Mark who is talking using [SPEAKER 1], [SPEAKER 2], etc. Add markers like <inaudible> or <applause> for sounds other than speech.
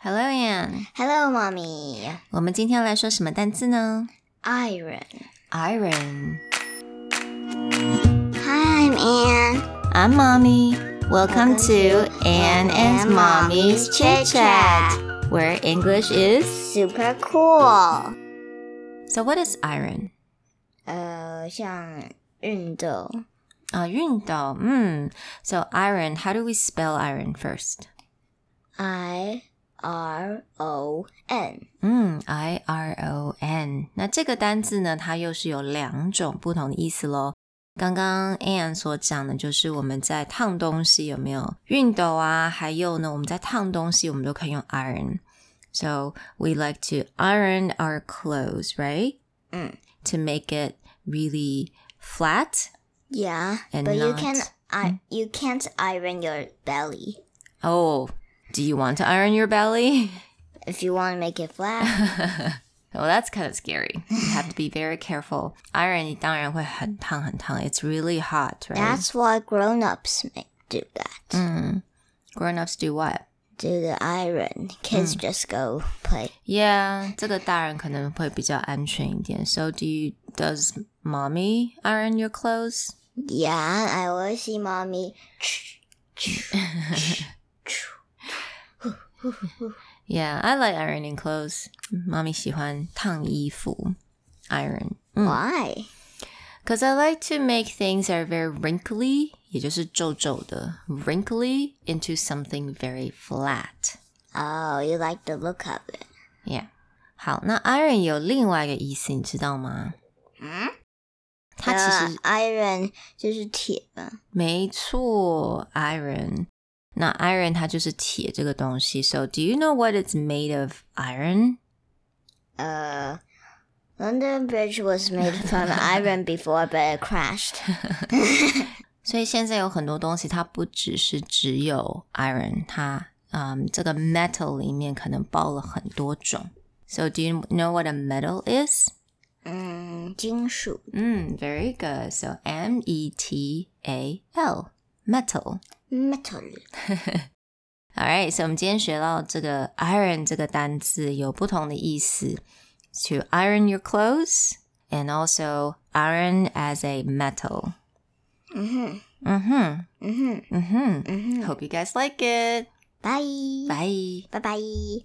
[SPEAKER 1] Hello, Anne。
[SPEAKER 2] Hello, mommy.
[SPEAKER 1] 我们今天要来说什么单词呢
[SPEAKER 2] Iron.
[SPEAKER 1] ？Iron。
[SPEAKER 2] Hi, I'm Anne.
[SPEAKER 1] I'm mommy. Welcome
[SPEAKER 2] Welcome
[SPEAKER 1] to
[SPEAKER 2] to
[SPEAKER 1] Anne and
[SPEAKER 2] Anne and
[SPEAKER 1] Mommy's
[SPEAKER 2] Mommy's
[SPEAKER 1] Chit
[SPEAKER 2] Chit
[SPEAKER 1] Chat,
[SPEAKER 2] Chat.
[SPEAKER 1] where English is.
[SPEAKER 2] Super cool.
[SPEAKER 1] So, what is iron?
[SPEAKER 2] 呃，像熨斗，
[SPEAKER 1] 啊、Ah, 运动。嗯，So iron. How do we spell iron first?
[SPEAKER 2] I R O N，
[SPEAKER 1] 嗯，I R O N。那这个单字呢，它又是有两种不同的意思喽。刚刚 Anne 所讲的就是我们在烫东西有没有熨斗啊？还有呢，我们在烫东西，我们都可以用 iron。So we like to iron our clothes, right?
[SPEAKER 2] 嗯
[SPEAKER 1] To make it really flat.
[SPEAKER 2] ，Yeah,
[SPEAKER 1] And
[SPEAKER 2] but you
[SPEAKER 1] not- Hmm?
[SPEAKER 2] can I you can't iron your belly
[SPEAKER 1] Oh, do you want to iron your belly? <laughs>
[SPEAKER 2] if you want to make it flat.
[SPEAKER 1] Well, that's kind of scary. You have to be very careful. Iron 当然会很烫很烫. It's really hot, <laughs> right? Hmm.
[SPEAKER 2] That's why grown-ups make do that.
[SPEAKER 1] Mm. Grown-ups do what?
[SPEAKER 2] Do the iron.
[SPEAKER 1] Hmm.
[SPEAKER 2] Kids just go play.
[SPEAKER 1] Yeah, 这个大人可能会比较安全一点. So do you, does mommy iron your clothes?
[SPEAKER 2] Yeah, I always see mommy.
[SPEAKER 1] Yeah, I like ironing clothes. Mommy 喜欢烫衣服, iron. Mm.
[SPEAKER 2] Why?
[SPEAKER 1] Cause I like to make things that are very wrinkly, 也就是皱皱的, wrinkly into something very flat.
[SPEAKER 2] Oh, you like the look of it.
[SPEAKER 1] Yeah，好，那 iron 有另外一个意思，你知道吗？
[SPEAKER 2] 嗯，
[SPEAKER 1] 它其实、
[SPEAKER 2] Hmm? iron 就是铁嘛。
[SPEAKER 1] 没错，iron。那 iron 它就是铁这个东西。So do you know what it's made of? Iron？
[SPEAKER 2] 呃、l o n d o n Uh, Bridge was made <laughs> from iron before, but it crashed.
[SPEAKER 1] 所以现在有很多东西，它不只是只有 iron，它嗯这个 metal 里面可能包了很多种。So do you know what a metal is?
[SPEAKER 2] 嗯，金属。
[SPEAKER 1] 嗯，very good. So M E T A L metal.
[SPEAKER 2] Metal.
[SPEAKER 1] Alright，所以我们今天学到这个 iron 这个单字有不同的意思。To iron your clothes and also iron as a metal。Mm-hmm,
[SPEAKER 2] 嗯
[SPEAKER 1] 嗯
[SPEAKER 2] 哼，
[SPEAKER 1] 哼，
[SPEAKER 2] 嗯哼，
[SPEAKER 1] 嗯哼
[SPEAKER 2] 嗯哼。
[SPEAKER 1] ，Hope you guys like it.
[SPEAKER 2] 拜
[SPEAKER 1] 拜。
[SPEAKER 2] 拜拜。